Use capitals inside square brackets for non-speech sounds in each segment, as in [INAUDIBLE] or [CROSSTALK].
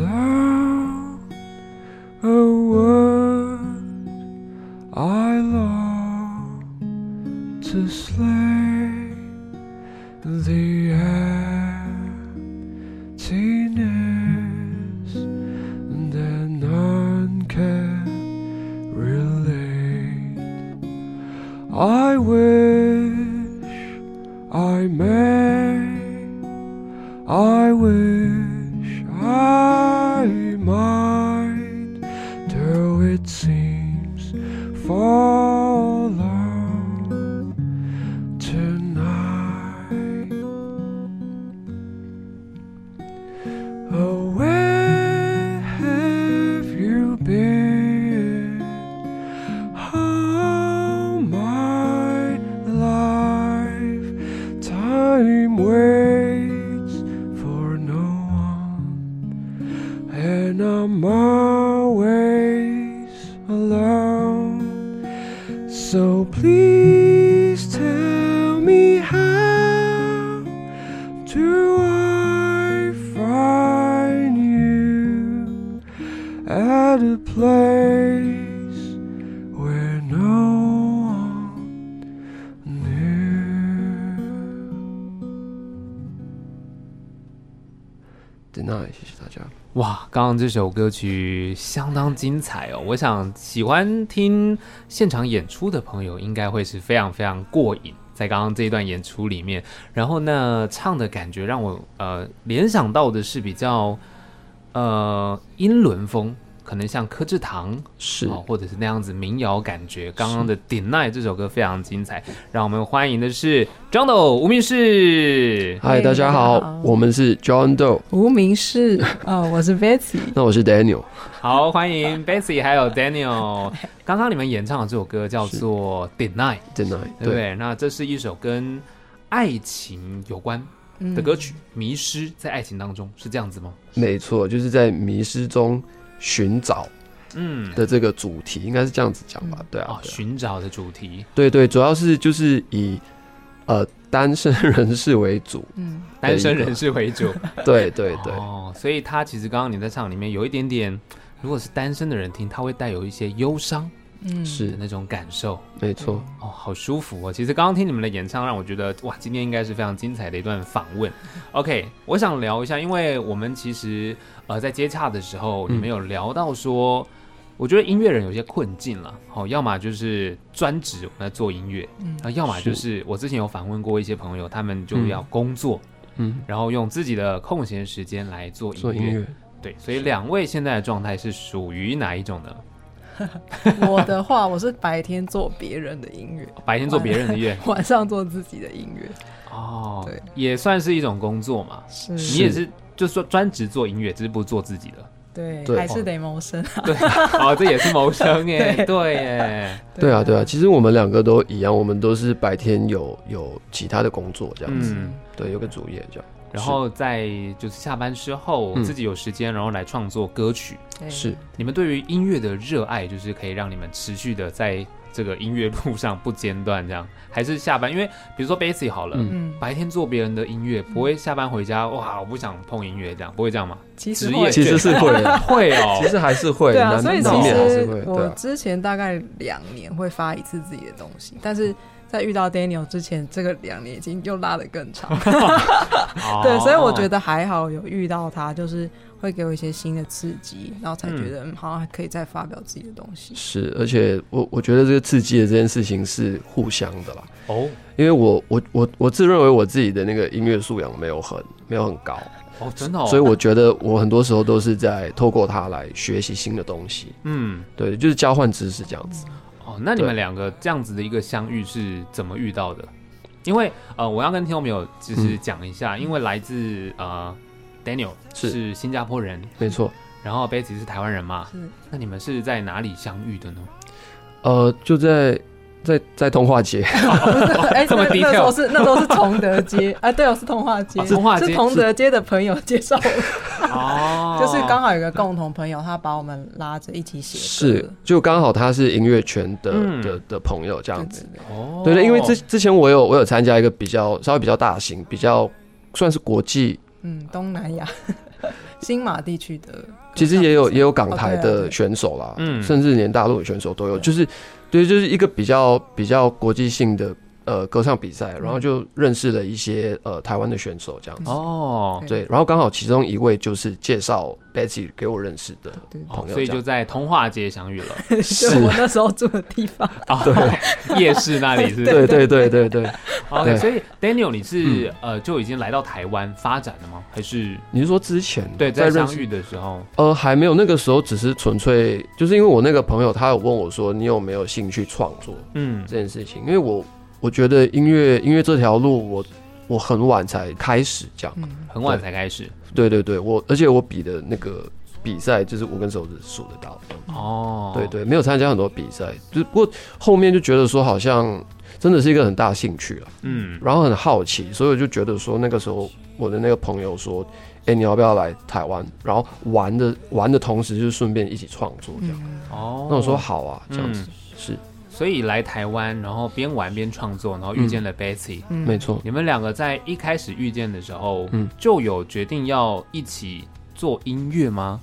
around a world I long to slay the emptiness that none can relate. I wish I may. I wish I might, though it seems far along tonight. Oh, where have you been? How my life time waits for no one, and I'm always alone. So please tell me how do I find you at a place where no one knew？等待，谢谢大家。哇，刚刚这首歌曲相当精彩哦！我想喜欢听现场演出的朋友，应该会是非常非常过瘾。在刚刚这一段演出里面，然后呢，唱的感觉让我呃联想到的是比较呃英伦风，可能像柯志堂是哦，或者是那样子民谣感觉。刚刚的《Deny》这首歌非常精彩，让我们欢迎的是张斗无名氏。嗨，嘿大家大家好好，我们是 John Doe，无名氏，哦，我是 Betsy，那我是 Daniel。好，欢 [LAUGHS] 迎 Betsy 还有 Daniel。刚刚你们演唱的这首歌叫做《Deny》，真的，对不对？那这是一首跟爱情有关的歌曲，嗯迷失在爱情当中，是这样子吗？没错，就是在迷失中寻找嗯，的这个主题，应该是这样子讲嗯吧？对哦啊，，对啊寻找的主题，对对，主要是就是以呃单身人士为 [LAUGHS] 主，嗯，单身对一个人士为主。对对对，哦，所以他其实刚刚你在唱里面有一点点，如果是单身的人听，他会带有一些忧伤嗯的是那种感受。没错，哦，好舒服哦！其实刚刚听你们的演唱，让我觉得哇，今天应该是非常精彩的一段访问。OK，我想聊一下，因为我们其实呃在接洽的时候，嗯你们有聊到说，我觉得音乐人有些困境了。好、要么就是专职我们在做音乐，嗯啊，要么就是我之前有访问过一些朋友，他们就要工作，嗯，然后用自己的空闲时间来做音做音乐，对，所以两位现在的状态是属于哪一种呢？我的话，我是白天做别人的音乐， [LAUGHS] 白天做别人的乐晚上做自己的音乐，哦对，也算是一种工作嘛。是你也是，就说专职做音乐，只是不做自己的。 [LAUGHS] 对，对还是得谋生，对，哦，这也是谋生耶，对对 [LAUGHS] 耶，对啊对啊，，其实我们两个都一样，我们都是白天有有其他的工作这样子，嗯。对，有个主业这样，然后在就是下班之后，嗯自己有时间，然后来创作歌曲。对是，你们对于音乐的热爱，就是可以让你们持续的在这个音乐路上不间断，这样还是下班？因为比如说 Bassy 好了，嗯嗯，白天做别人的音乐，不会下班回家哇，我不想碰音乐，这样不会这样吗？其实职会业其实是会的，会哦 [LAUGHS] 其，实还是会，对啊，难所以难其免还是实会，对我啊，之前大概两年会发一次自己的东西，但是在遇到 Daniel 之前，这个两年已经又拉得更 [LAUGHS] 长。哦对，所以我觉得。得还好有遇到他，就是会给我一些新的刺激，然后才觉得嗯好像还可以再发表自己的东西。是，而且我我觉得这个刺激的这件事情是互相的啦。哦因为我我我我自认为我自己的那个音乐素养没有很没有很高，哦，真的、哦，所以我觉得我很多时候都是在透过它来学习新的东西，嗯，对，就是交换知识这样子。哦，那你们对两个这样子的一个相遇是怎么遇到的？因为呃，我要跟听众朋友就是嗯讲一下，因为来自呃 Daniel 是是新加坡人，没错，然后 Betty 是台湾人嘛，是那你们是在哪里相遇的呢？呃，就在在在通 [LAUGHS] 化街， [LAUGHS] 哎，这么那 detail 那时候是那时候是崇德街啊，对哦，是通化街，啊通化街是崇德街的朋友介绍我，哦 [LAUGHS] 就是刚好有个共同朋友，他把我们拉着一起写歌是，就刚好他是音乐圈的、嗯的的朋友这对样对子。对哦，对对，因为之之前我有我有参加一个比较稍微比较大型、比较算是国际嗯，东南亚新马地区的歌唱比赛，其实也有也有港台哦对啊的对选手啦，嗯甚至连大陆的选手都有，对就是对，就是一个比较比较国际性的呃歌唱比嗯赛，然后就认识了一些呃台湾的选手这样子。哦，对，然后刚好其中一位就是介绍 Betsy 给我认识的对哦，朋友，所以就在通化街相 [LAUGHS] 遇了就是我那时候住的地方，啊，对，夜市那里是不是对对对对对， OK，对嗯所以 Daniel 你是呃就已经来到台湾发展了吗？还是你是说之前对在在认相识遇的时候？呃还没有那个时候，只是纯粹就是因为我那个朋友他有问我说你有没有兴趣创作嗯这件事情，因为我我觉得音乐音乐这条路我我很晚才开始这样。嗯，很晚才开始对对对，我而且我比的那个比赛，就是我跟手指数得到。哦，嗯对对，没有参加很多比赛，就是不过后面就觉得说好像真的是一个很大兴趣了，嗯，然后很好奇，所以我就觉得说那个时候我的那个朋友说，哎、你要不要来台湾？然后玩的玩的同时就顺便一起创作这样。嗯哦哦，那我说好啊，这样子、嗯是所以来台湾，然后边玩边创作，然后遇见了 Betsy、嗯没错。你们两个在一开始遇见的时候，嗯就有决定要一起做音乐吗？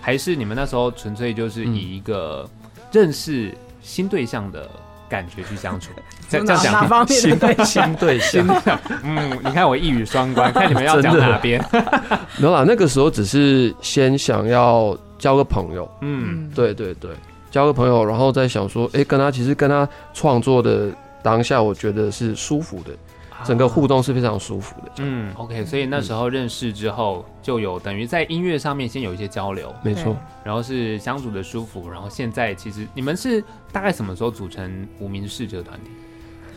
还是你们那时候纯粹就是嗯以一个认识新对象的感觉去相 [LAUGHS] 处？这从样这样哪啊哪讲，方面的对象？对象 [LAUGHS] 嗯，你看我一语双关，看你们要讲真的啊哪 [LAUGHS] 边。没有啦，那个时候只是先想要交个朋友，嗯，嗯，对对对，交个朋友，然后再想说，哎、跟他其实跟他创作的当下，我觉得是舒服的，啊整个互动是非常舒服的。嗯，OK，所以那时候认识之后，就有等于在音乐上面先有一些交流，没错，然后是相处的舒服，然后现在其实你们是大概什么时候组成无名氏这个团体？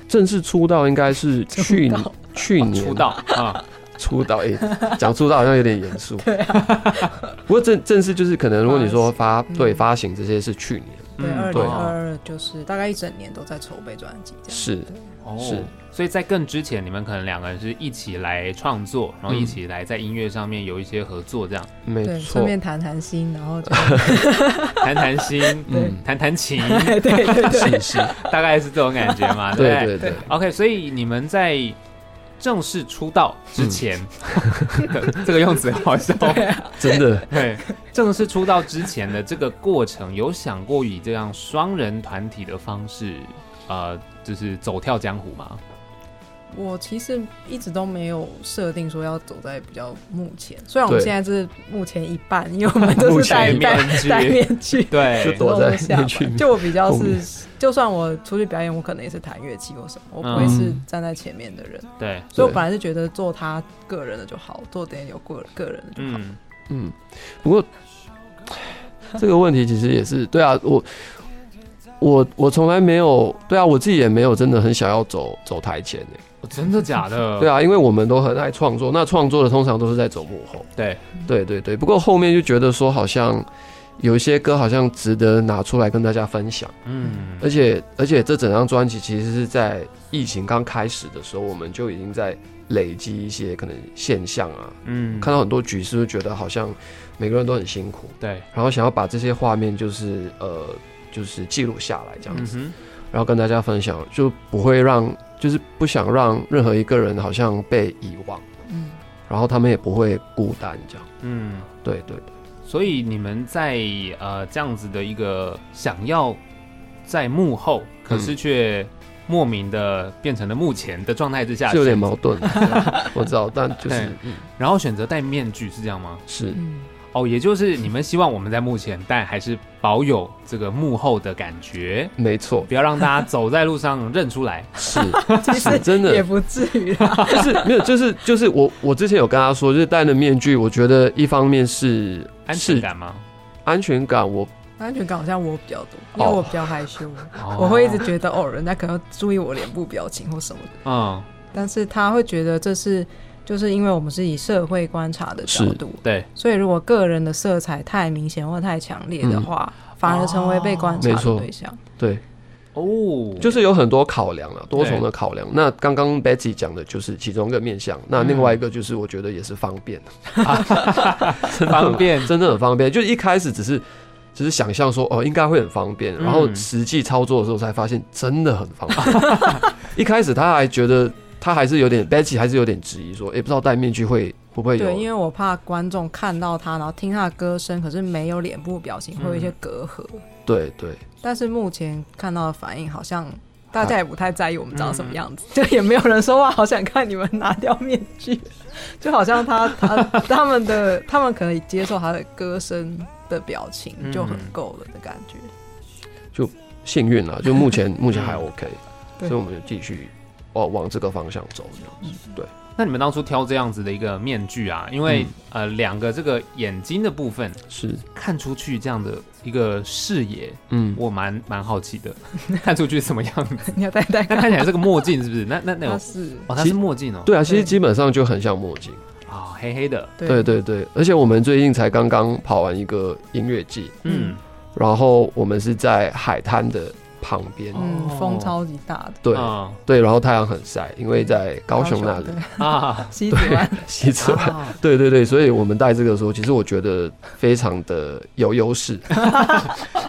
正式出道应该是去出年道去哦年出道啊，出道， [LAUGHS] 哎、讲出道好像有点严肃。对啊， [LAUGHS] 不过正正式就是可能如果你说发行对嗯发行这些是去年，对，嗯二零二二就是大概一整年都在筹备专辑，这样啊是哦，是所以在更之前，你们可能两个人是一起来创作，然后一起来在音乐上面有一些合作，这样没对，顺错，便谈谈心，然 [LAUGHS] 后就 [LAUGHS] 谈谈心，嗯，谈谈情， [LAUGHS] 对对对对，是 [LAUGHS] 是，大概是这种感觉 [LAUGHS] 嘛，不对对对。 OK，所以你们在正式出道之前，嗯 [LAUGHS] 这个用词好 [LAUGHS] 笑。[LAUGHS] 真的，对，正式出道之前的这个过程，有想过以这样双人团体的方式，呃，就是走跳江湖吗？我其实一直都没有设定说要走在比较幕前，虽然我们对现在是幕前一半，因为我们都 [LAUGHS] 目是前戴戴一面具 [LAUGHS] 戴面具，就对，躲在露下巴面具 [LAUGHS] 里就我比较后面是，就算我出去表演，我可能也是弹乐器或什么，我不会是嗯站在前面的人。对，所以我本来是觉得做他个人的就好，做 Daniel 个个人的就好。嗯，嗯，[LAUGHS] 不过这个问题其实也是对啊，我我我从来没有对啊，我自己也没有真的很想要走走台前耶哦真的假的？对啊，啊，因为我们都很爱创作，那创作的通常都是在走幕后，对，对对对。不过后面就觉得说好像。有一些歌好像值得拿出来跟大家分享，嗯，而且而且这整张专辑其实是在疫情刚开始的时候，我们就已经在累积一些可能现象啊，嗯，看到很多局势，就觉得好像每个人都很辛苦，对，然后想要把这些画面就是呃就是记录下来这样嗯子，哼，然后跟大家分享，就不会让就是不想让任何一个人好像被遗忘，嗯，然后他们也不会孤单这样。嗯。对对所以你们在呃这样子的一个想要在幕后，可嗯是却莫名的变成了幕前的状态之下，对，是有点选 [LAUGHS] 矛盾，对我知道，但就是对嗯然后选择戴面具是这样吗？是 [LAUGHS] 嗯，哦，也就是你们希望我们在幕前，但还是保有这个幕后的感觉，没错，不要让大家走在路上认出来。是 [LAUGHS] 其是实真的也不至于啦。就是没有，就是就是我我之前有跟他说，就是戴了面具，我觉得一方面是安全是感吗？安全感，我安全感好像我比较多，因为哦我比较害羞，哦我会一直觉得哦，人家可能要注意我脸部表情或什么的，嗯，但是他会觉得这是。就是因为我们是以社会观察的角是度，对，所以如果个人的色彩太明显或太强烈的话，反而成为被观察嗯哦没的错对象。对哦，就是有很多考量了，多重的考量。那刚刚 Betsy 讲的就是其中一个面向，那另外一个就是我觉得也是方便，真的很方嗯便真的很方便。就一开始只是只是想象说哦应该会很方便，嗯然后实际操作的时候才发现真的很方便。 [LAUGHS] 一开始他还觉得他还是有点 Betsy 还是有点质疑说，哎、不知道戴面具会不会有对，因为我怕观众看到他，然后听他的歌声，可是没有脸部表嗯情，会有一些隔阂。对对，但是目前看到的反应，好像大家也不太在意我们长什么样子，就 [LAUGHS] 也没有人说哇，好想看你们拿掉面具， [LAUGHS] 就好像他他他们的他们可以接受他的歌声的表情嗯就很够了的感觉。幸运啊，就目前 [LAUGHS] 目前还 OK，嗯对所以我们就继续往往这个方向走这样子。对， [LAUGHS] 那你们当初挑这样子的一个面具啊，因为、嗯呃两个这个眼睛的部分是，看出去这样的一个视野，嗯，我蛮蛮好奇的，看出去什么样子？ [LAUGHS] 你要戴戴那看，看起来是个墨镜是不是？那那那 [LAUGHS] 有他是哦，它其是墨镜哦，对啊，其对实基本上就很像墨镜。啊、黑黑的，对对对，而且我们最近才刚刚跑完一个音乐季，嗯，然后我们是在海滩的旁边，嗯哦，风超级大的，对嗯对，然后太阳很晒，因为在高雄 [LAUGHS] 那里对啊，西子湾，西子湾，啊对对对，所以我们戴这个的时候，其实我觉得非常的有优 [LAUGHS] 势，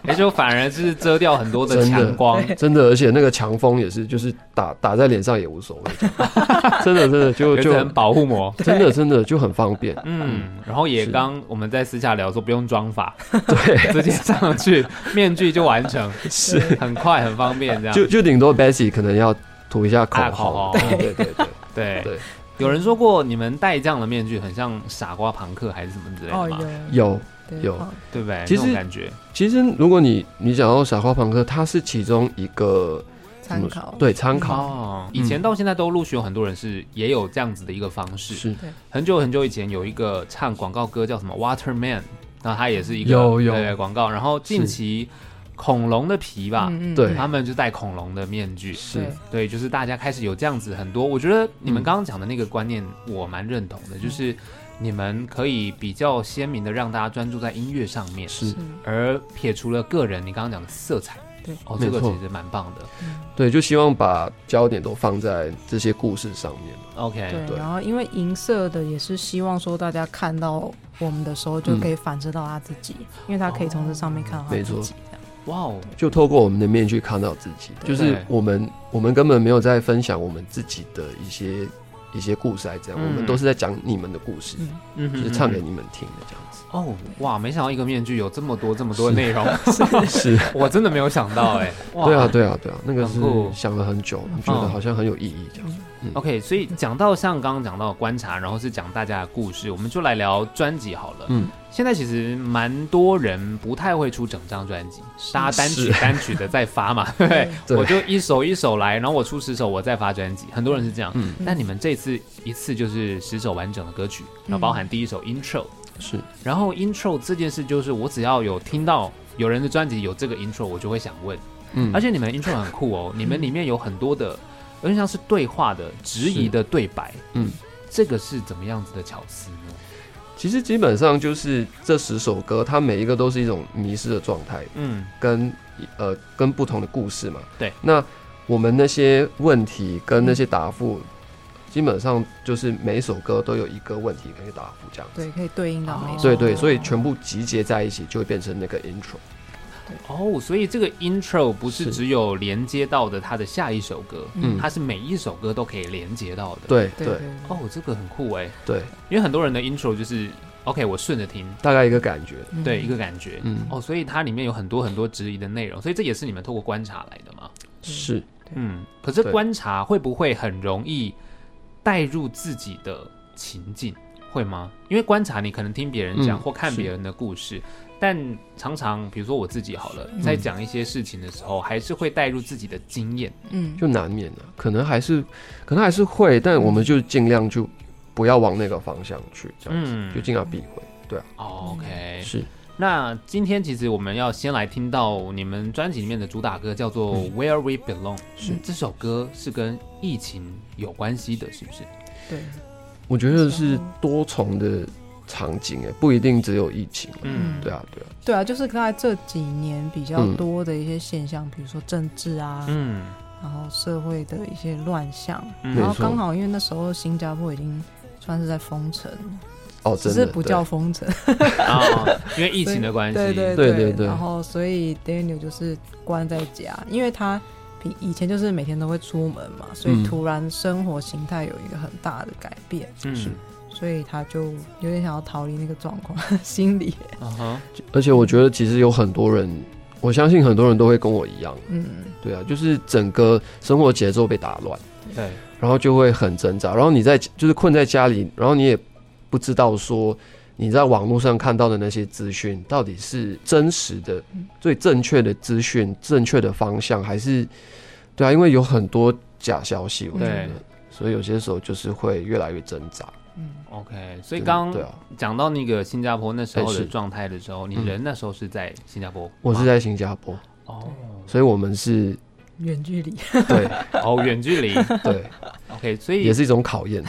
也哎就反而是遮掉很多的真的强光，对真的，而且那个强风也是，就是打打在脸上也无所 [LAUGHS] 谓，真的真的就有一就层保护 [LAUGHS] 膜。真的真的就很方便，嗯，然后也是刚我们在私下聊说不用装法，[LAUGHS] 对，直接上 [LAUGHS] 去面具就完成，是很快很方便这样。就就顶多 Bessy 可能要涂一下口大口红，红对对对，对对有人说过你们戴这样的面具很像傻瓜朋克还是什么之类哦的嘛，有。有有对不对？其实那种感觉其实，如果你你讲到傻瓜朋克，它是其中一个怎参么考说对参考哦，以前到现在都陆续有很多人是也有这样子的一个方式。是很久很久以前有一个唱广告歌叫什么 Waterman，那它也是一个有有对广告。然后近期恐龙的皮吧，嗯嗯啊对他们就戴恐龙的面具。是对对，就是大家开始有这样子很多，我觉得你们嗯刚刚讲的那个观念，我蛮认同的，就是你们可以比较鲜明的让大家专注在音乐上面，是，嗯而撇除了个人，你刚刚讲的色彩，对哦，没这个错其实蛮棒的。对，就希望把焦点都放在这些故事上面。 OK，对，哎对然后因为银色的也是希望说大家看到我们的时候就可以反射到他自己，因为他可以从这上面看到他自嗯没己错。这样哇哦，就透过我们的面具看到自己，对就是对我们我们根本没有在分享我们自己的一些一些故事，还这样，嗯我们都是在讲你们的故事，嗯，嗯就哼是唱给你们听的这样子。哦，哇，没想到一个面具有这么多这么多的内 [LAUGHS] 容，是， [LAUGHS] 我真的没有想到哎、哇对啊，对啊，对啊，那个很是酷想了很久，觉得好像很有意义这样。 OK，所以讲到像刚刚讲到的观察，然后是讲大家的故事，我们就来聊专辑好了。嗯，现在其实蛮多人不太会出整张专辑，大家单曲是单曲的在发嘛， [LAUGHS] 对不对？对我就一首一首来，然后我出十首，我再发专辑。很多人是这样，嗯但你们这次一次就是十首完整的歌曲，然后包含第一首 Intro，、嗯是然后 Intro 这件事就是我只要有听到有人的专辑有这个 Intro，我就会想问。嗯而且你们 intro 很酷哦，你们里面有很多的，有点像是对话的、质疑的对白，嗯，这个是怎么样子的巧思呢？其实基本上就是这十首歌，它每一个都是一种迷失的状态，嗯，跟呃跟不同的故事嘛。对。那我们那些问题跟那些答复，基本上就是每首歌都有一个问题跟一个答复这样子。对，可以对应到每哦首。对对，所以全部集结在一起就会变成那个 intro。哦，所以这个 intro 不是是只有连接到的它的下一首歌，嗯它是每一首歌都可以连接到的。，对对对哦，这个很酷哎，对，因为很多人的 intro 就是 OK，我顺着听，大概一个感觉。对，一个感觉。嗯，哦，所以它里面有很多很多质疑的内容，所以这也是你们透过观察来的嘛。是嗯，可是对观察会不会很容易带入自己的情境？会吗？因为观察，你可能听别人讲、嗯或看是别人的故事，但常常，比如说我自己好了，在讲一些事情的时候，还是会带入自己的经验。嗯，就难免的、可能还是可能还是会，但我们就尽量就不要往那个方向去，这样子、嗯就尽量避讳。对啊，哦 OK，是那今天其实我们要先来听到你们专辑里面的主打歌，叫做《Where We Belong》。嗯是这首歌是跟疫情有关系的，是不是？对，我觉得是多重的场景，哎，不一定只有疫情。嗯，对啊，对啊，对啊，就是大概这几年比较嗯多的一些现象，比如说政治啊，嗯然后社会的一些乱象，嗯，没然后错刚好因为那时候新加坡已经算是在封城，哦，只真是的不叫封城，啊、因为疫情的关系，对对对对对对然后所以 Daniel 就是关在家，因为他比以前就是每天都会出门嘛，所以嗯突然生活形态有一个很大的改变，嗯是所以他就有点想要逃离那个状况， [LAUGHS] 心理，嗯哼，而且我觉得其实有很多人，我相信很多人都会跟我一样，嗯，对啊，就是整个生活节奏被打乱，对，然后就会很挣扎，然后你在就是困在家里，然后你也不知道说你在网络上看到的那些资讯到底是真实的嗯、最正确的资讯、正确的方向，还是对啊，因为有很多假消息，我觉得对，所以有些时候就是会越来越挣扎。嗯 OK，所以对刚对啊，讲到那个新加坡那时候哎的是状态的时候，你嗯人那时候是在新加坡吗？我是在新加坡， [LAUGHS] 哦所以我们是远距离，对哦远距离对， [LAUGHS] ，OK，所以 [LAUGHS] 也是一种考验。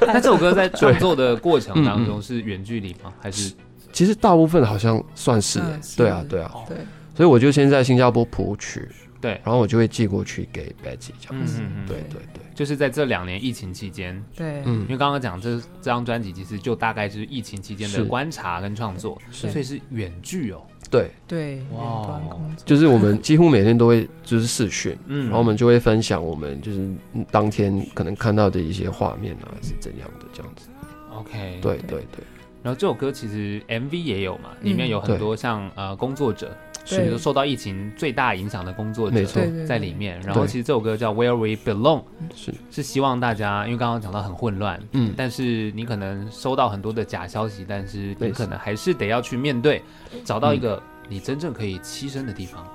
那这首歌在创作的过程当嗯中是远距离吗？还是其实大部分好像算是嗯是，对啊，对啊，哦对，所以我就先在新加坡谱曲，对然后我就会寄过去给 Betty 这样嗯子。嗯嗯，对对对，就是在这两年疫情期间，对，嗯因，为刚刚讲这这张专辑其实就大概是疫情期间的是观察跟创作，是所以是远距哦，对，对，远哇哦端工作，就是我们几乎每天都会就是视讯，嗯，然后我们就会分享我们就是嗯当天可能看到的一些画面啊是怎样的这样子。 OK，对对对对，然后这首歌其实 MV 也有嘛，嗯里面有很对多像呃工作者，比是如说受到疫情最大影响的工作没者错对对对在里面。然后对嗯其实这首歌叫 Where We Belong，是，是希望大家，因为刚刚讲到很混乱，嗯，但是你可能收到很多的假消息，但是你对可能还是得要去面对，找到一个嗯你真正可以栖身的地方。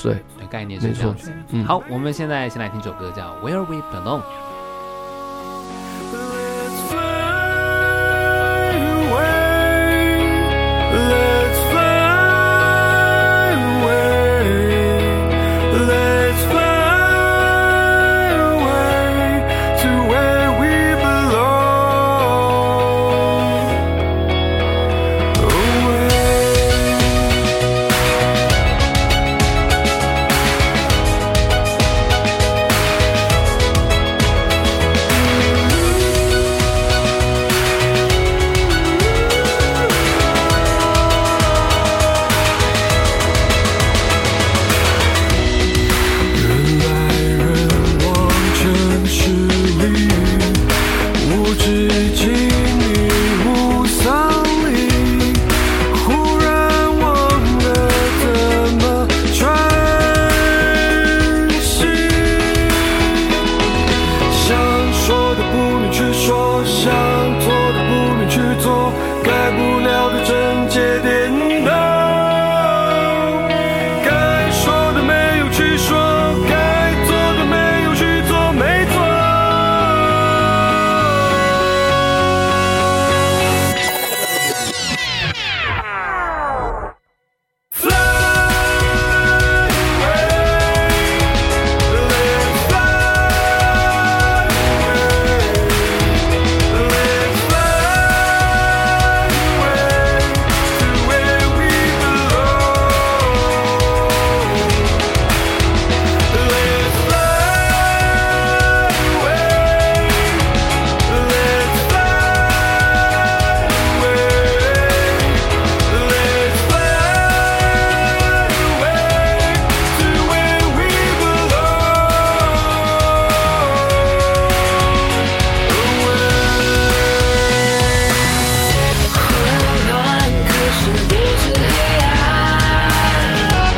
对，的概念是没这样错子。，嗯，好，我们现在先来听这首歌，叫 Where We Belong。 Let's fly away. Let's fly away. Let's fly away to where we belong. Away.想说的不能去说，想做的不能去做，改不了的症结点 no。该说的没有去说，该做的没有去做，没做。Fly away, let's fly away, let's fly away to where we belong. Let's fly away, let's fly away. Let's fly away to where we belong. Away. 乱，可是不是黑暗。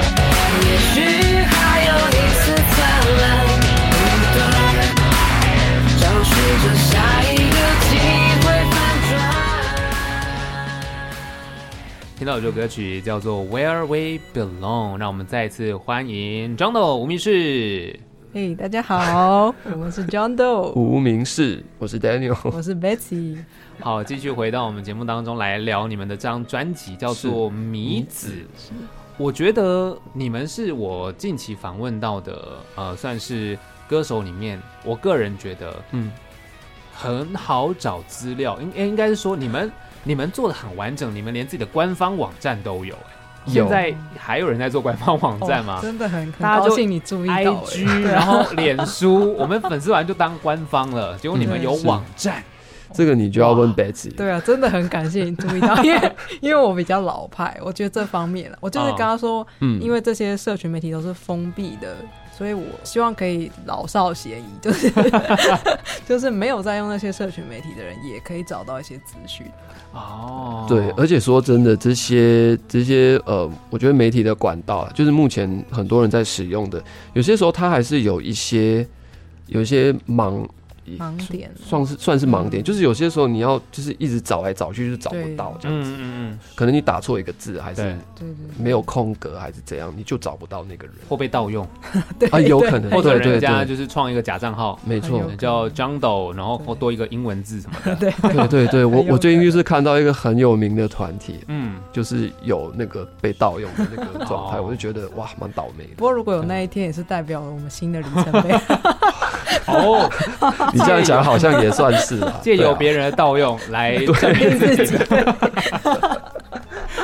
也许还有一次灿烂，不断找寻着下一个机会反转。听到这首歌曲叫做《Where We Belong》，让我们再一次欢迎张豆吴明士。嘿，大家好，我们是 John Doe，无名氏，我是 Daniel，我是 Betsy，好，继续回到我们节目当中来聊你们的这张专辑，叫做《米子》。我觉得你们是我近期访问到的，呃，算是歌手里面，我个人觉得嗯，很好找资料，应应该是说你们你们做的很完整，你们连自己的官方网站都有、欸。有现在还有人在做官方网站吗哦？真的很很大家高就兴你注意到 IG，然后脸书，我们粉丝团就当官方了。结果你们有嗯网站，这个你就要问 Betsy。对啊，真的很感谢你注意到，因为 [LAUGHS] 因为我比较老派，我觉得这方面了，我就是跟哦他说，嗯因为这些社群媒体都是封闭的，所以我希望可以老少咸宜，就是 [LAUGHS] 就是没有在用那些社群媒体的人，也可以找到一些资讯。哦，对，而且说真的，这些这些呃，我觉得媒体的管道啊，就是目前很多人在使用的，有些时候它还是有一些有一些盲盲点算是算是嗯盲点，就是有些时候你要就是一直找来找去，就是找不到这样子，嗯嗯可能你打错一个字，还嗯，是对，对对没有空格，还是怎样，你就找不到 [LAUGHS] 那个人或被盗用，对啊，有可能，或者对对人家对，就是创一个假账号，没哎错呦，叫 Jungle，然后或多一个英文字什么的， [LAUGHS] 对对对对，我很有我最近就是看到一个很有名的团体，嗯，就是有那个被盗用的那个状态，哦我就觉得哇，蛮倒霉的不。过如果有那一天，也是代表了我们新的里程 [LAUGHS] 碑。 [LAUGHS] 哦， [LAUGHS] 你这样讲好像也算是啊，借由对啊别人的盗用 [LAUGHS] 来证明自己，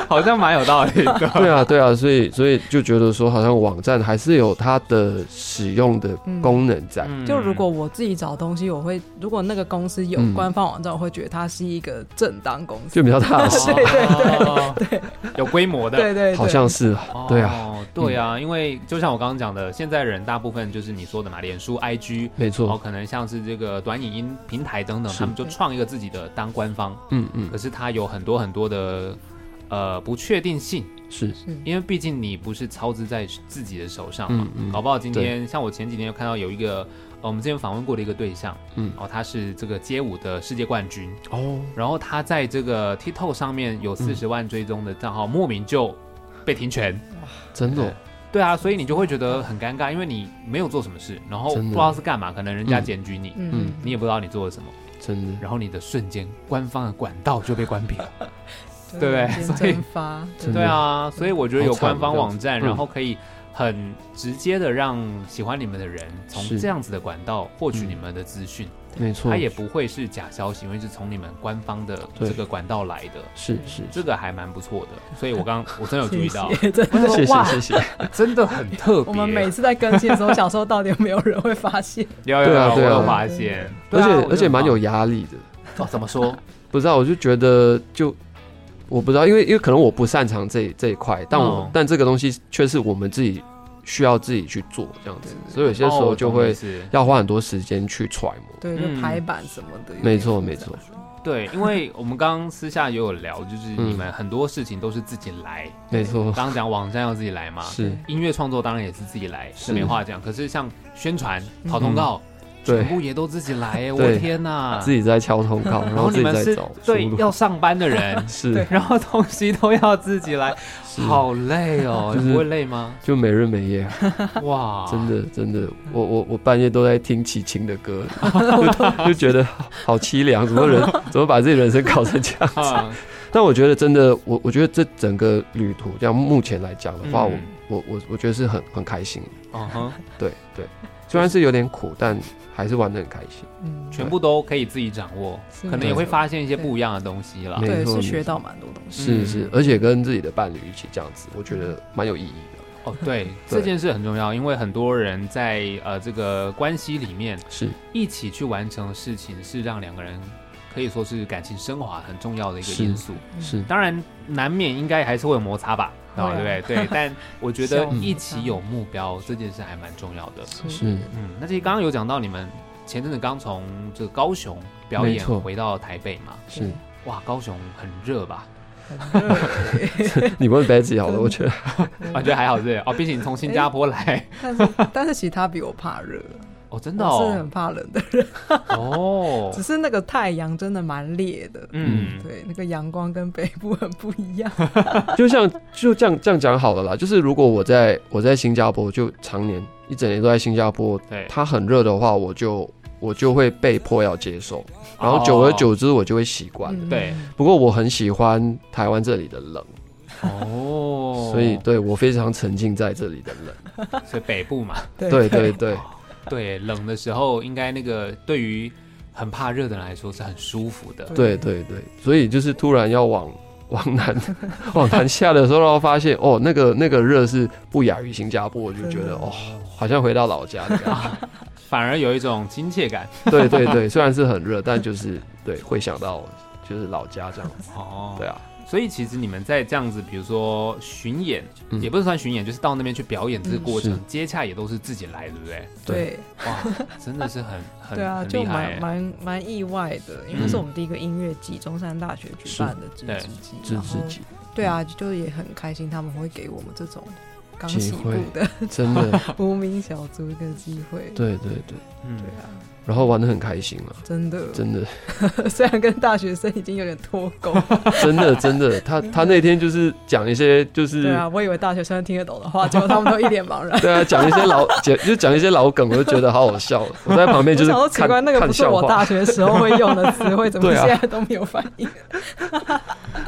好像蛮有道理 [LAUGHS] 的。对啊，对啊，所以所以就觉得说，好像网站还是有它的使用的功能在。嗯就如果我自己找东西，我会如果那个公司有嗯官方网站，我会觉得它是一个正当公司。就比较踏实，对对对对，哦有规模的，对对对，好像是啊，哦对啊，，对啊，因为就像我刚刚讲的，现在人大部分就是你说的嘛，脸书、IG，没然后错，可能像是这个短影音平台等等，是他们就创一个自己的当官方，嗯嗯可，是它有很多很多的呃不确定性，是，因为毕竟你不是操之在自己的手上嘛嗯，嗯，搞不好今天像我前几天有看到有一个。呃我们之前访问过的一个对象，嗯哦，他是这个街舞的世界冠军，哦，嗯然后他在这个 TikTok 上面有四十万追踪的账号，莫名就被停权，真的哦，对啊，所以你就会觉得很尴尬，因为你没有做什么事，然后不真的知道是干嘛，可能人家检举你，嗯，你也不知道你做了什么，真的，然后你的瞬间官方的管道就被关闭了。对对先所以蒸发，真的对啊，所以我觉得有官方网站，嗯好惨哦这样子嗯然后可以很直接的让喜欢你们的人从是这样子的管道获取你们的资讯，没错，它也不会是假消息，因为是从你们官方的对这个管道来的。是是，这个还蛮不错的，所以我 [LAUGHS] 刚我真的有注意到，谢谢真的谢谢哇谢谢，真的很特别。我们每次在更新的时候，想说到底有没有人会发现？有有对啊有，我对啊有发现，对而啊且而且蛮有我压力的，觉得哦，怎么说？不知道，我就觉得就。我不知道，因为因为可能我不擅长这一这一块，但我、嗯但这个东西却是我们自己需要自己去做这样子，所以有些时哦候就会是、要花很多时间去揣摩。 [LAUGHS] 对，嗯就排版什么的，没错有点没错复杂对，因为我们刚刚私下也有聊，就是嗯你们很多事情都是自己来，没错，刚刚讲网站要自己来嘛，是音乐创作当然也是自己来，是是嗯没话讲。可是像宣传、跑通告，全对，部也都自己来，我对天哪！自己在敲通告， [LAUGHS] 然然后后哦你自己们在是找出对路，，要上班的人 [LAUGHS] 是对然后东西都要自己来，是，好累哦，就是你不会累吗？就没日没夜啊，哇，真的真的，我我我半夜都在听齐秦的歌， [LAUGHS] 就就觉得好凄凉，怎么 [LAUGHS] 人怎么把自己人生搞成这样？啊，但我觉得真的，我我觉得这整个旅途，这样目前来讲的话，嗯我我我我觉得是很很开心的，嗯哼，对对，虽然是有点苦，但还是玩的很开心，嗯，全部都可以自己掌握，是可能也会发现一些不一样的东西啦。没对，错是学到蛮多东西。是是，嗯而且跟自己的伴侣一起这样子，我觉得蛮有意义的，哦，对，这件事很重要，因为很多人在呃这个关系里面是一起去完成的事情，是让两个人可以说是感情升华很重要的一个是因素。嗯是，当然，难免应该还是会有摩擦吧，哦会啊对不 [LAUGHS] 对？对，但我觉得小摩擦一起有目标这件事还蛮重要的。是嗯，那其实刚刚有讲到你们前阵子刚从这个高雄表没演错回到台北嘛，是，哇，高雄很热吧？很热 [LAUGHS] 你问 Betsy 好了，我觉得我觉得还好热哦，毕竟你从新加坡来但是 [LAUGHS] 但是其实他比我怕热， [LAUGHS] 哦，真的我是哦很，怕冷的，哦 [LAUGHS] 只，是那个太阳真的蛮烈的。嗯，对，那个阳光跟北部很不一样。就像就这样这样讲好了啦，就是如果我在我在新加坡，就常年一整年都在新加坡，对，它很热的话，我就我就会被迫要接受，然后久而久之我就会习惯了。嗯对，不过我很喜欢台湾这里的冷，哦， [LAUGHS] 所以对我非常沉浸在这里的冷。所以北部嘛，对 [LAUGHS] 对对对，对，冷的时候应该那个对于很怕热的人来说是很舒服的，对对对，所以就是突然要往 [LAUGHS] 往南 [LAUGHS] 往南下的时候，然后发现哦，那个那个热是不亚于新加坡，我就觉得哦，好像回到老家的感觉。反而有一种亲切感。对对对，虽然是很热，但就是对会想到就是老家这样子。哦对啊，所以其实你们在这样子，比如说巡演，嗯也不是算巡演，就是到那边去表演这个过程，嗯是接洽也都是自己来，对不对？对哇， [LAUGHS] 真的是很很对啊，很就厉害欸。蛮蛮蛮意外的，因为那嗯是我们第一个音乐季，中山大学举办的知对知季，自然后自己对啊，就也很开心，他们会给我们这种刚机起步会的 [LAUGHS] 真的，无名小卒一个机会。对对对，嗯对啊，然后玩的很开心啊，真的，真的 [LAUGHS] [LAUGHS] 虽然跟大学生已经有点脱钩，真的真的，他他那天就是讲一些就是对啊，我以为大学生听得懂的 [LAUGHS] 话，结果他们都一脸茫然。对啊，讲一些 [LAUGHS] 老讲就讲一些老梗，我就觉得好好笑。我在旁边我就是想说，奇看怪，那个看不是笑我大话，学时候会用的词汇，怎么对啊现在都没有反应？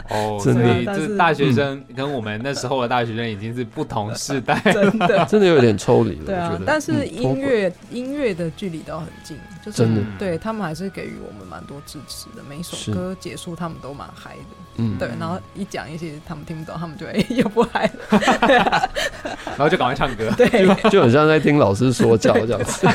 哦，所真的以但就是是。大学生跟我们那时候的大学生已经是不同世代 [LAUGHS] 真的， [LAUGHS] 真的有点抽离了。对我啊觉得。但是嗯脱音轨乐音乐的距离倒很近，就是真的对他们还是给予我们蛮多支持的。每一是首歌结束，他们都蛮嗨的。嗯，对，然后一讲一些他们听不懂，他们就哎、又不嗨了。 [LAUGHS] 然后就赶快唱歌。对，嗯就很像在听老师说教这样 [LAUGHS] 子。 [LAUGHS]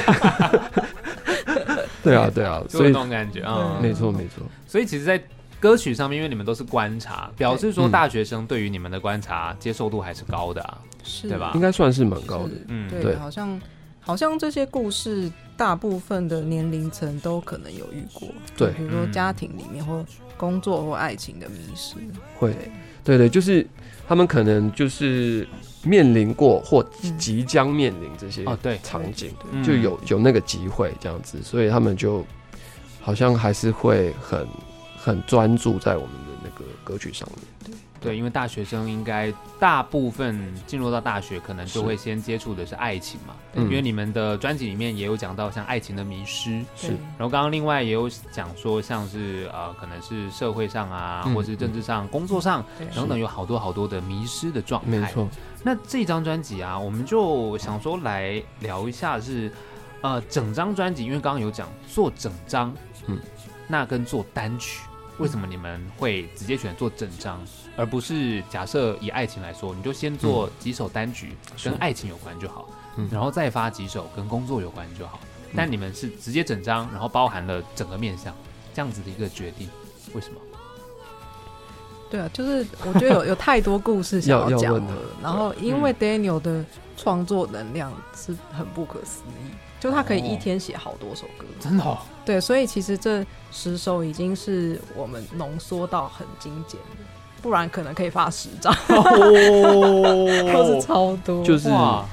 对啊，对啊，就所有以那种感觉啊、对没错没错，所以其实，在歌曲上面，因为你们都是观察，表示说嗯大学生对于你们的观察接受度还是高的啊。是对吧应该算是蛮高的。嗯嗯，对对，好像好像这些故事大部分的年龄层都可能有遇过，对比如嗯说家庭里面或工作或爱情的迷失，会对，对对，就是他们可能就是面临过或嗯即将面临这些哦，对，场景，对嗯就有有那个机会这样子，所以他们就好像还是会很很专注在我们的那个歌曲上面。对，因为大学生应该大部分进入到大学，可能就会先接触的是爱情嘛。嗯因为你们的专辑里面也有讲到像爱情的迷失，是然后刚刚另外也有讲说像是呃，可能是社会上啊，嗯或是政治上、工作上对等等，有好多好多的迷失的状态。没错，那这张专辑啊，我们就想说来聊一下是，呃，整张专辑，因为刚刚有讲做整张，嗯嗯，那跟做单曲，为什么你们会直接选做整张，而不是假设以爱情来说，你就先做几首单曲、跟爱情有关就好，嗯然后再发几首跟工作有关就好。但你们是直接整张，然后包含了整个面向，这样子的一个决定，为什么？对啊，就是我觉得 [LAUGHS] 有有太多故事想要要讲问啊了的，然后因嗯为 Daniel 的创作能量是很不可思议，就他可以哦一天写好多首歌，真 [LAUGHS] 的、哦，对，所以其实这十首已经是我们浓缩到很精简的，不然可能可以发十张， [LAUGHS] 都是超多，哦就是哦哇，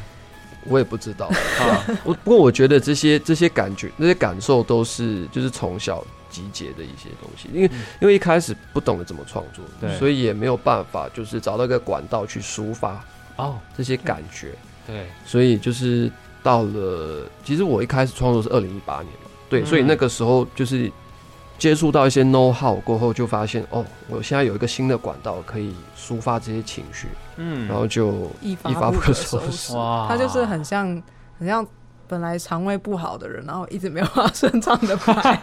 我也不知道， [LAUGHS] 啊，我不过我觉得这些这些感觉、那些感受都是就是从小集结的一些东西，因为、嗯因为一开始不懂得怎么创作，对所以也没有办法就是找到一个管道去抒发哦，这些感觉，对，所以就是到了，其实我一开始创作是二零一八年嘛，对，嗯所以那个时候就是接触到一些 know how 过后，就发现哦，我现在有一个新的管道可以抒发这些情绪，嗯然后就一发一发不不可可收收拾拾。哇他就是很像很像本来肠胃不好的人，然后一直没有办法顺畅的 [LAUGHS] 排，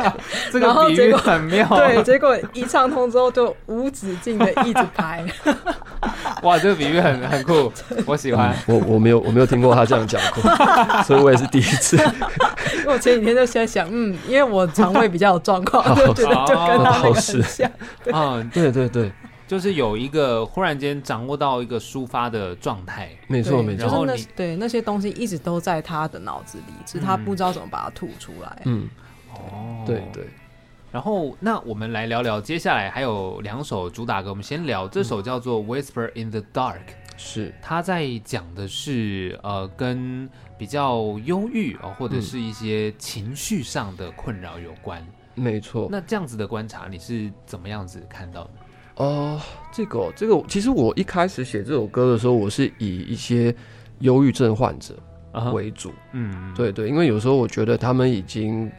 这然个后比结喻果很妙， [LAUGHS] 对，结果一畅通之后就无止境的一直排，哇，这个比喻很很 [LAUGHS] 酷，我喜欢。我嗯我没有我没有听过他这样讲过， [LAUGHS] 所以我也是第一次。因为我前几天就在想，嗯，因为我肠胃比较有状况，就觉得就跟他那个好很事像，嗯，对对对，就是有一个忽然间掌握到一个抒发的状态，没对错没就是错，然后那你对那些东西一直都在他的脑子里，只是他不知道怎么把它吐出来。嗯，哦对。对，然后，那我们来聊聊接下来还有两首主打歌，我们先聊这嗯首叫做《Whisper in the Dark》，是它在讲的是呃跟比较忧郁哦，或者嗯是一些情绪上的困扰有关。没错。那这样子的观察，你是怎么样子看到的？哦，这个哦这个，其实我一开始写这首歌的时候，我是以一些忧郁症患者啊哈为主。嗯，嗯对对，因为有时候我觉得他们已经，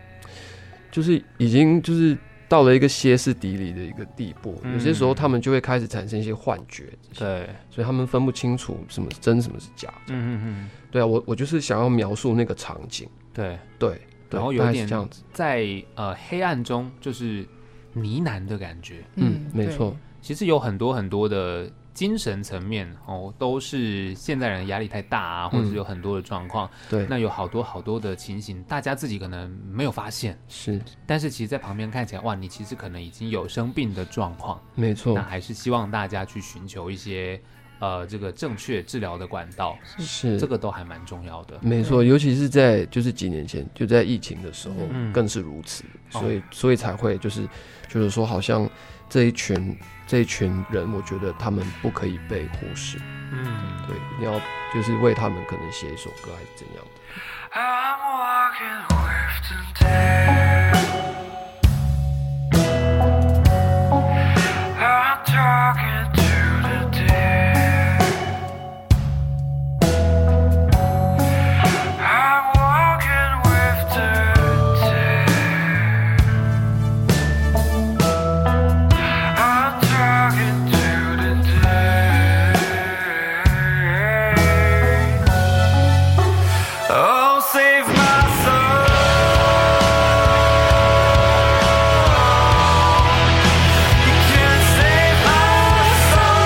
就是已经就是到了一个歇斯底里的一个地步，有些时候嗯他们就会开始产生一些幻觉，对，所以他们分不清楚什么是真，什么是假。嗯嗯嗯，对啊，我我就是想要描述那个场景，对，对，对然后大有概点是这样子，在呃黑暗中就是呢喃的感觉，嗯，没对错，其实有很多很多的精神层面哦，都是现代人压力太大啊，或者是有很多的状况。对，那有好多好多的情形，大家自己可能没有发现，是但是其实，在旁边看起来，哇，你其实可能已经有生病的状况。没错那，还是希望大家去寻求一些呃这个正确治疗的管道，是这个都还蛮重要的。没错，尤其是在就是几年前，就在疫情的时候，嗯更是如此，哦所以所以才会就是就是说，好像这一群这一群人，我觉得他们不可以被忽视，嗯，对，一定要就是为他们可能写一首歌还是怎样的， I'm walking with today. I'm talking to the dead. I'm walking with the dead. I'm talking to the dead. Oh, save my soul. You can't save my soul.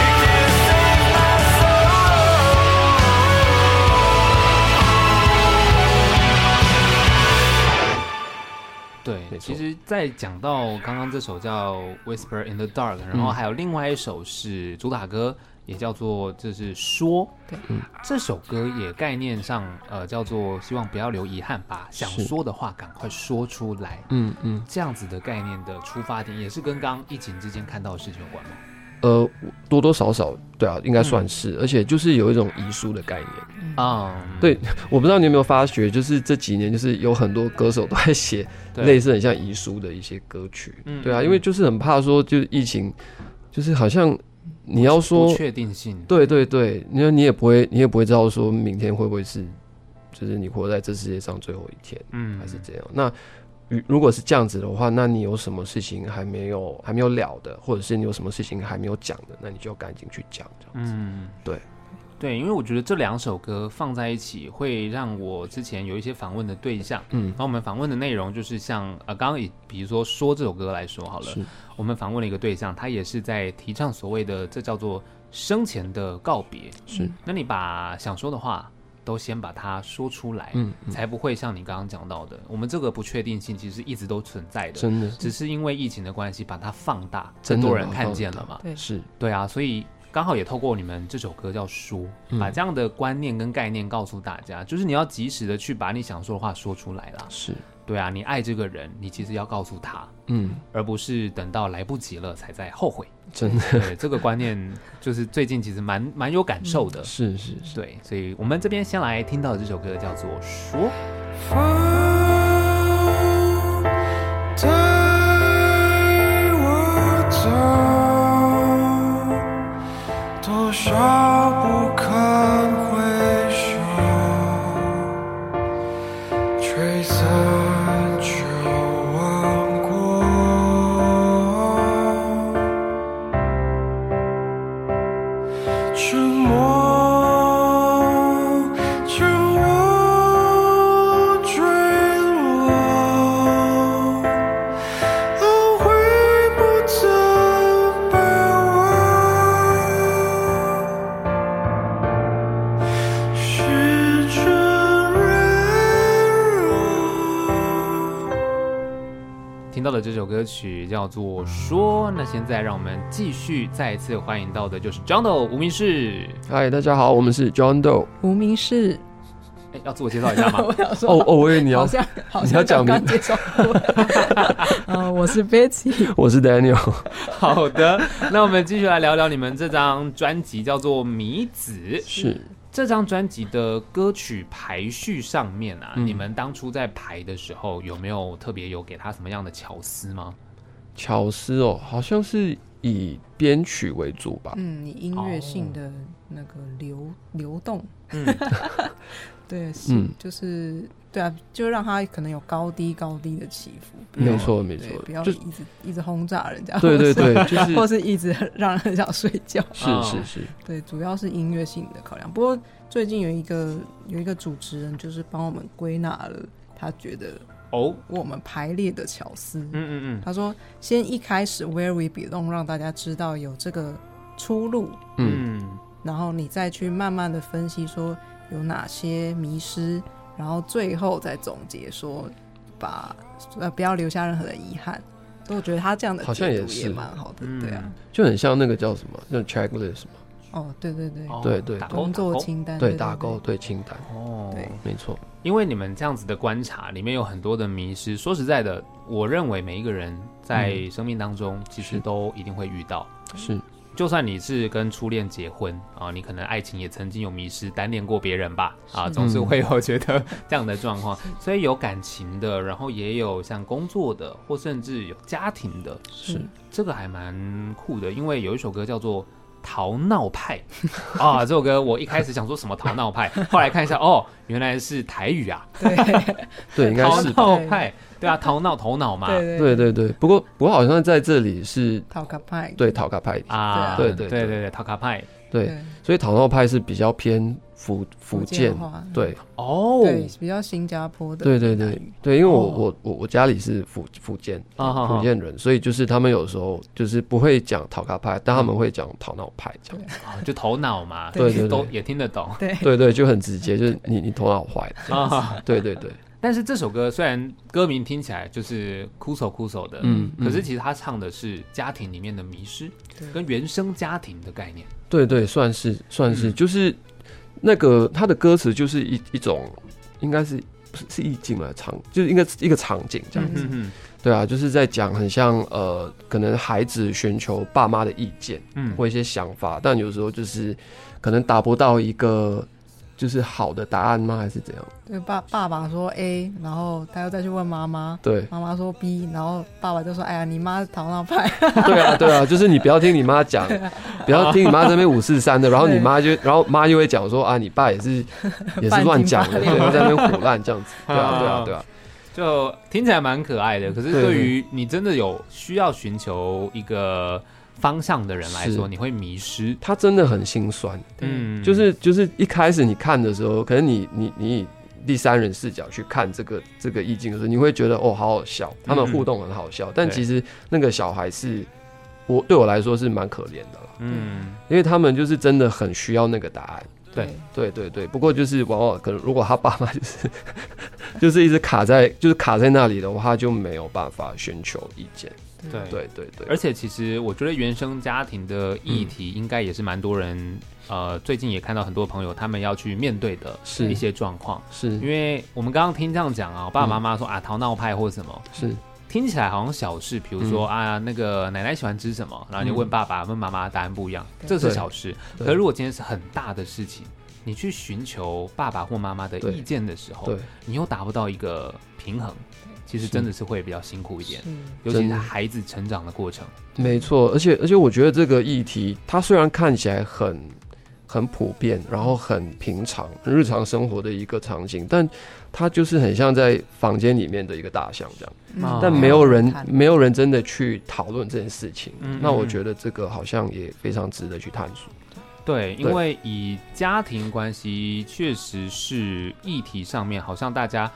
You can't save my soul. 对。没错其实，在讲到刚刚这首叫《Whisper in the Dark》，然嗯后还有另外一首是主打歌，也叫做就是说，对嗯这首歌也概念上呃叫做希望不要留遗憾吧，想是说的话赶快说出来。嗯嗯，这样子的概念的出发点，也是跟刚刚疫情之间看到的事情有关吗？呃，多多少少对啊，应该算是，而且就是有一种遗书的概念，嗯，对我不知道你有没有发觉，就是这几年就是有很多歌手都在写对类似很像遗书的一些歌曲，嗯对啊，嗯因为就是很怕说就是疫情，就是好像你要不说确定性，对对对，你说你也不会，你也不会知道说明天会不会是，就是你活在这世界上最后一天，嗯还是这样。那如如果是这样子的话，那你有什么事情还没有还没有了的，或者是你有什么事情还没有讲的，那你就赶紧去讲，这样子。嗯，对，对，因为我觉得这两首歌放在一起，会让我之前有一些访问的对象，嗯然，后我们访问的内容就是像呃，刚刚以比如说说这首歌来说好了，是，我们访问了一个对象，他也是在提倡所谓的这叫做生前的告别，是，那你把想说的话都先把它说出来，嗯，嗯才不会像你刚刚讲到的，我们这个不确定性其实一直都存在的。真的只是因为疫情的关系，把它放大，真更多的人把它看放见大了嘛。对是，对啊，所以刚好也透过你们这首歌叫《说》，嗯把这样的观念跟概念告诉大家，就是你要及时的去把你想说的话说出来啦。是，对啊，你爱这个人，你其实要告诉他，嗯，而不是等到来不及了才在后悔。真的对，这个观念就是最近其实蛮蛮有感受的。 [LAUGHS] 是是是。对，所以我们这边先来听到的这首歌叫做《说》。风带我走，多少不堪回首，吹散就忘过。沉默，将我坠落，懊悔不曾把握，是真软弱。听到的这首歌曲叫做《说》，那现在让我们继续再一次欢迎到的就是 j o h n d o 无名氏。嗨，大家好，我们是 John Doe。无名氏，哎，要自我介绍一下吗我？想说哦哦，我以为你好要，像好你要像讲刚名刚介绍过，呃，我是 Betsy， [LAUGHS] 我是 Daniel。好的，那我们继续来聊聊你们这张专辑，叫做《米子》。是，这张专辑的歌曲排序上面啊，嗯你们当初在排的时候有没有特别有给他什么样的巧思吗？巧思哦，好像是以编曲为主吧。 [LAUGHS] 嗯，你音乐性哦的那个流流动，嗯对，是嗯，就是对啊，就让他可能有高低高低的起伏，不要没错，没对错，不要就一直一直轰炸人家，对或是对 [LAUGHS] 对，就是或是一直让人很想睡觉。是是是，对，主要是音乐性的考量。不过最近有一个有一个主持人，就是帮我们归纳了他觉得哦，我们排列的巧思。嗯嗯他说，先一开始 Where We Belong 让大家知道有这个出路，嗯嗯嗯，然后你再去慢慢的分析说有哪些迷失，然后最后再总结说把呃不要留下任何的遗憾。所以我觉得他这样的好像解也读是蛮好嗯的，对啊，就很像那个叫什么，那种 checklist 嘛，哦，对对对，哦，对对打勾工作打勾清单嗯对，打勾，对清单，哦，对没错，因为你们这样子的观察，里面有很多的迷失。说实在的，我认为每一个人在生命当中，其实嗯是都一定会遇到。是就算你是跟初恋结婚啊，你可能爱情也曾经有迷失，单恋过别人吧啊，是总是会有觉得这样的状 [LAUGHS] 况。所以有感情的，然后也有像工作的，或甚至有家庭的，是嗯这个还蛮酷的，因为有一首歌叫做《逃闹派》 [LAUGHS] 啊，这首歌我一开始想说什么逃闹派，后来看一下哦，原来是台语啊， [LAUGHS] [LAUGHS] 对对，应该逃是吧，闹派，对啊，逃闹头脑嘛，对对对对。不过不过好像在这里是讨卡派，对讨卡派，啊，对对啊对对对对，陶卡派对，，所以讨闹派是比较偏福福福建，话，对哦，对，比较新加坡的，对对对对，因为我哦我我我家里是福福建啊哈哈福建人，所以就是他们有时候就是不会讲讨卡派，但他们会讲讨闹派这样。啊 [LAUGHS] 就头脑嘛，对就是对对都也听得 [LAUGHS] 懂对对对，就很直接，就是你你头脑坏 [LAUGHS] 了。啊。对对对，但是这首歌虽然歌名听起来就是哭手哭手的，嗯嗯，可是其实他唱的是家庭里面的迷失对跟原生家庭的概念，对对，算是算是，嗯就是那个他的歌词就是一一种，应该是不是是意境嘛，场就是应该是一个场景这样。嗯 [LAUGHS] 嗯对啊，就是在讲很像呃，可能孩子寻求爸妈的意见嗯或一些想法，但有时候就是可能达不到一个就是好的答案吗？还是怎样？对，爸爸爸说 A，然后他又再去问妈妈，对妈妈说 B，然后爸爸就说：“哎呀，你妈是逃闹派。对啊，对啊，就是你不要听你妈讲，啊不要听你妈这边五四三的，然后你妈就，然后妈就会讲说啊，你爸也 [LAUGHS] 是也是乱讲的，半斤对，在那边胡乱这 [LAUGHS] 样子，对啊，对嗯啊啊，对啊，就听起来蛮可爱的。可是对对于你真的有需要寻求一个方向的人来说，是你会迷失。他真的很心酸，嗯，就是就是一开始你看的时候，可能你你你以第三人视角去看这个这个意境的时候，你会觉得哦，好好笑，他们互动很好笑，但嗯对其实那个小孩是我对我来说是蛮可怜的啦，嗯，因为他们就是真的很需要那个答案。”对 [LAUGHS] 对对对，不过就是往往可能如果他爸妈就是 [LAUGHS] 就是一直卡在就是卡在那里的话，他就没有办法寻求意见。对对对对，而且其实我觉得原生家庭的议嗯题应该也是蛮多人，呃，最近也看到很多朋友他们要去面对的是嗯一些状况。是因为我们刚刚听这样讲啊，爸爸妈妈说、啊，逃闹派或什么，是听起来好像小事，比如说、嗯啊，那个奶奶喜欢吃什么，然后你问爸爸、问妈妈，答案不一样，对这是小事。对可如果今天是很大的事情，你去寻求爸爸或妈妈的对意见的时候对，你又达不到一个平衡，其实真的是会比较辛苦一点，嗯，尤其真是的孩子成长的过程。没错。而且而且，我觉得这个议题，它虽然看起来很很普遍，然后很平常、很日常生活的一个场景，但它就是很像在房间里面的一个大象这样。啊但没有人看没有人真的去讨论这件事情嗯。那我嗯觉得这个好像也非常值得去探索。对，因对为以家庭关系确实是议题上面，好像大家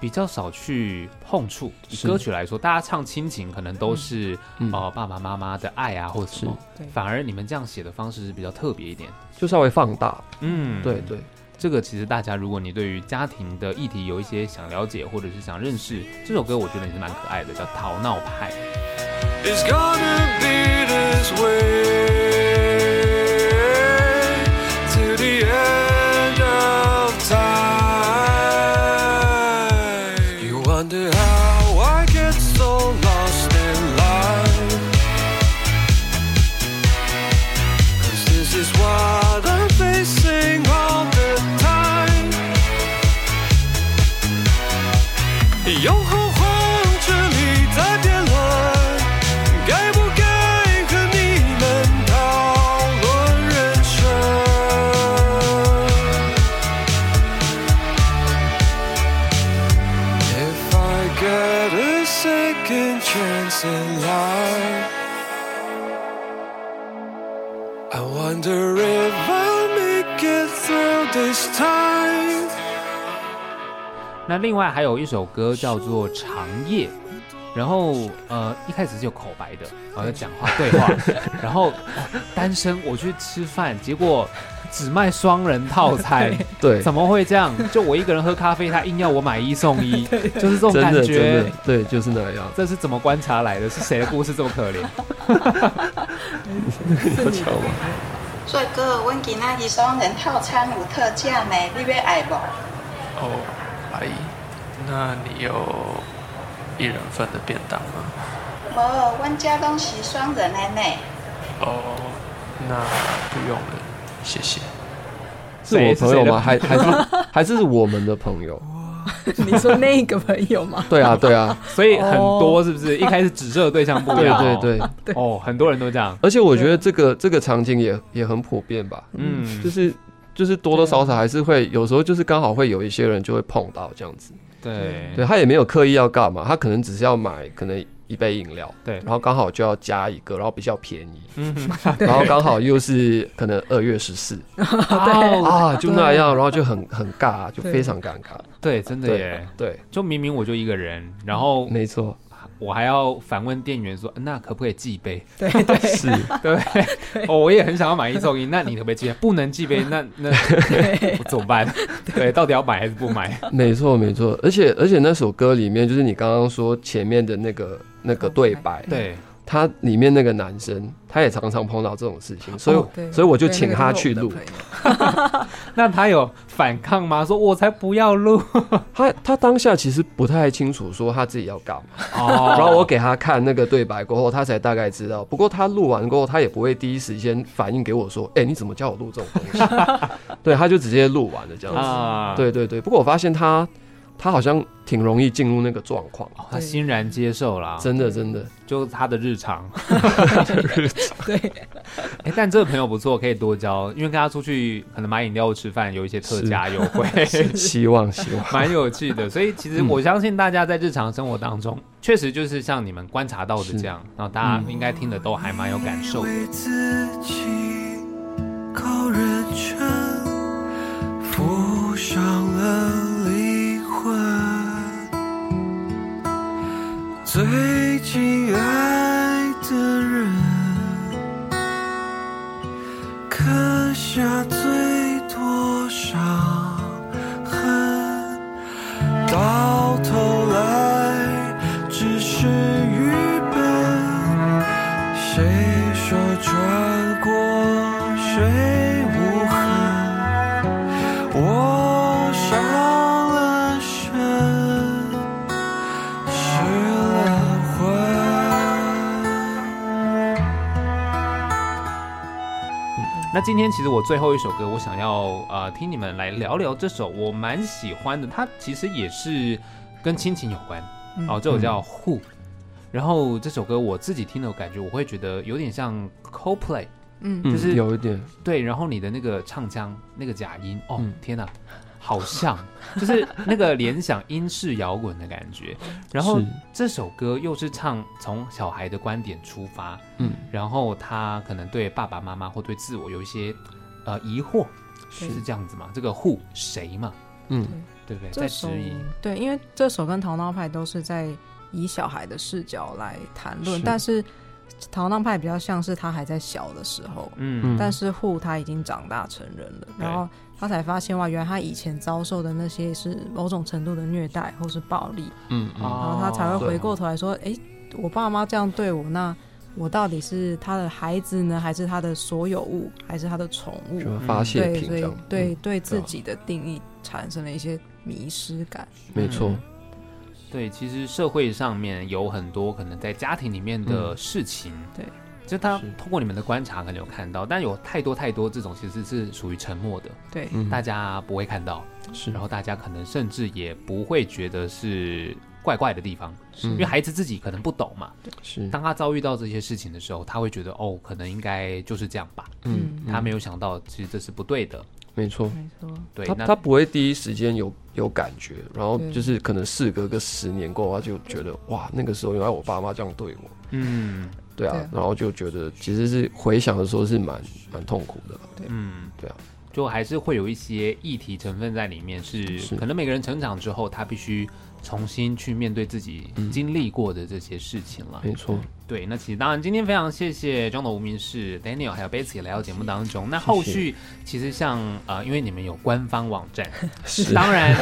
比较少去碰触。以是歌曲来说，大家唱亲情可能都是、嗯呃爸爸妈妈的爱啊，或者什么是对。反而你们这样写的方式是比较特别一点。就稍微放大，嗯对，对，这个其实大家如果你对于家庭的议题有一些想了解或者是想认识，这首歌我觉得也是蛮可爱的，叫《逃闹派》。 It's gonna be this way to the end of time. You wonder how I get so lost in life. Cause this is what I'm facing all the time. 有后患这里在辩论，该不该和你们讨论人生？If I get a second chance in life, I wonder if I'll make it through this time. 那另外还有一首歌叫做《长夜》，然后呃一开始是有口白的，然后讲话对 [LAUGHS] 话，然后、哦单身我去吃饭，结果只卖双人套餐， [LAUGHS] 对，怎么会这样？就我一个人喝咖啡，他硬要我买一送 [LAUGHS] 一，就是这种真感的真觉的。对，就是那样。这是怎么观察来的？是谁的故事这么可 [LAUGHS] 怜？要敲吗？帅哥，阮今仔日双人套餐有特价呢，你要爱无？哦，阿姨，那你有一人份的便当吗？无，阮遮拢是双人的呢。哦，那不用了，谢谢。是我朋友吗？谁还还是还是我们的朋友？ [LAUGHS] 你说那个朋友吗？对啊，[LAUGHS] 对啊，所以很多是不是？一开始指涉的对象不一对样、对对。对，哦，很多人都这样。而且我觉得这个这个场景也也很普遍吧，嗯，就是就是多多少少还是会有时候就是刚好会有一些人就会碰到这样子，对对他也没有刻意要干嘛，他可能只是要买可能一杯饮料， [LAUGHS] 对然后刚好就要加一个，然后比较便宜，嗯哼，然后刚好又是可能二月十四哦啊，就那样，然后就很很尬，就非常尴尬，对，真的对耶。对，就明明我就一个人，然后没错，我还要反问店员说，那可不可以寄杯？对对是，对不对？哦，我也很想要买一送一，那你可不可以寄杯？不能寄杯，那那我 [LAUGHS] 怎么办？对，到底要买还是不买？没错没错，而且而且那首歌里面就是你刚刚说前面的那个那个对白，对，他里面那个男生，他也常常碰到这种事情，所以、哦对，所以我就对请那个他就是去我的录朋友那他有反抗吗？说我才不要录他他当下其实不太清楚说他自己要干嘛，哦然后我给他看那个对白过后，他才大概知道。不过他录完过后，他也不会第一时间反应给我说，哎、你怎么叫我录这种东西？ [LAUGHS] 对，他就直接录完了这样子。啊，对对对，不过我发现他他好像挺容易进入那个状况，啊哦，他欣然接受啦，真的真的。就是他的日常。 [LAUGHS] 对哎、但这个朋友不错，可以多交，因为跟他出去可能买饮料或吃饭有一些特价优惠， [LAUGHS] [LAUGHS] 希望希望，蛮有趣的。所以其实我相信大家在日常生活当中，确实就是像你们观察到的这样，然后大家应该听的都还蛮有感受的。为自己扣人圈，负上了灵魂。最亲爱的人，刻下最多伤痕，到头来只是愚笨。谁说穿过水无痕？我伤了身，失了魂。那今天其实我最后一首歌，我想要呃听你们来聊聊这首我蛮喜欢的，它其实也是跟亲情有关。哦，这首叫《Who》，然后这首歌我自己听的感觉，我会觉得有点像 Coldplay。嗯就嗯，是有一点，对，然后你的那个唱腔、那个假音，哦，嗯天哪，好像就是那个联想英式摇滚的感觉。然后是这首歌又是唱从小孩的观点出发，嗯，然后他可能对爸爸妈妈或对自我有一些呃疑惑，是这样子吗？这个 who 谁嘛，嗯，对不对？在这质首疑，对，因为这首跟《逃闹派》都是在以小孩的视角来谈论，是但是《逃闹派》比较像是他还在小的时候，嗯但是户他已经长大成人了，然后他才发现哇，原来他以前遭受的那些是某种程度的虐待或是暴力，嗯哦嗯，然后他才会回过头来说，诶，我爸妈这样对我，那我到底是他的孩子呢，还是他的所有物，还是他的宠物？就发泄对，品所这以样，对对对自啊己的定义产生了一些迷失感。没错，对，其实社会上面有很多可能在家庭里面的事情，对，就他嗯是通过你们的观察可能有看到，但有太多太多这种其实是属于沉默的，对，嗯，大家不会看到，是然后大家可能甚至也不会觉得是怪怪的地方，嗯因为孩子自己可能不懂嘛。是，当他遭遇到这些事情的时候，他会觉得哦，可能应该就是这样吧，嗯，他没有想到其实这是不对的。没错。没错，对，他那他不会第一时间有有感觉，然后对就是可能事隔个十年过后，他就觉得哇，那个时候原来我爸妈这样对我，嗯对啊，对啊然后就觉得其实是回想的时候是蛮蛮痛苦的，嗯，对啊，就还是会有一些议题成分在里面，是是可能每个人成长之后，他必须重新去面对自己嗯经历过的这些事情了。没错，对，那其实当然，今天非常谢谢中岛无名氏 Daniel 还有 Betsy 来到节目当中。那后续其实像呃，因为你们有官方网站， [LAUGHS] 是当然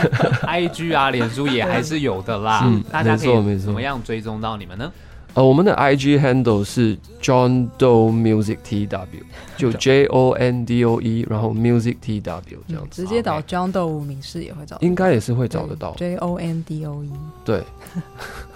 IG 啊、脸书也还是有的啦嗯。大家可没错没以错怎么样追踪到你们呢？呃，我们的 IG handle 是 John Doe Music T W，就 J O N D O E，然后 Music T W 这样子，直接找 OK John 豆无名氏也会找应该也是会找得到。 J O N D O E。对，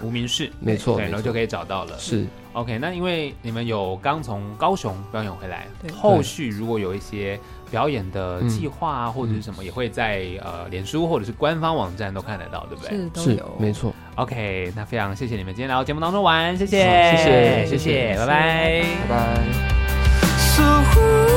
无名氏，没错，对，没然后错就可以找到了。是 OK，那因为你们有刚从高雄表演回来对，后续如果有一些表演的计划啊，或者是嗯什么，也会在呃脸书或者是官方网站都看得到，对不对是都是有，没错。 ？OK，那非常谢谢你们今天来到节目当中玩，谢谢，好谢谢谢谢谢拜拜。拜拜。似乎。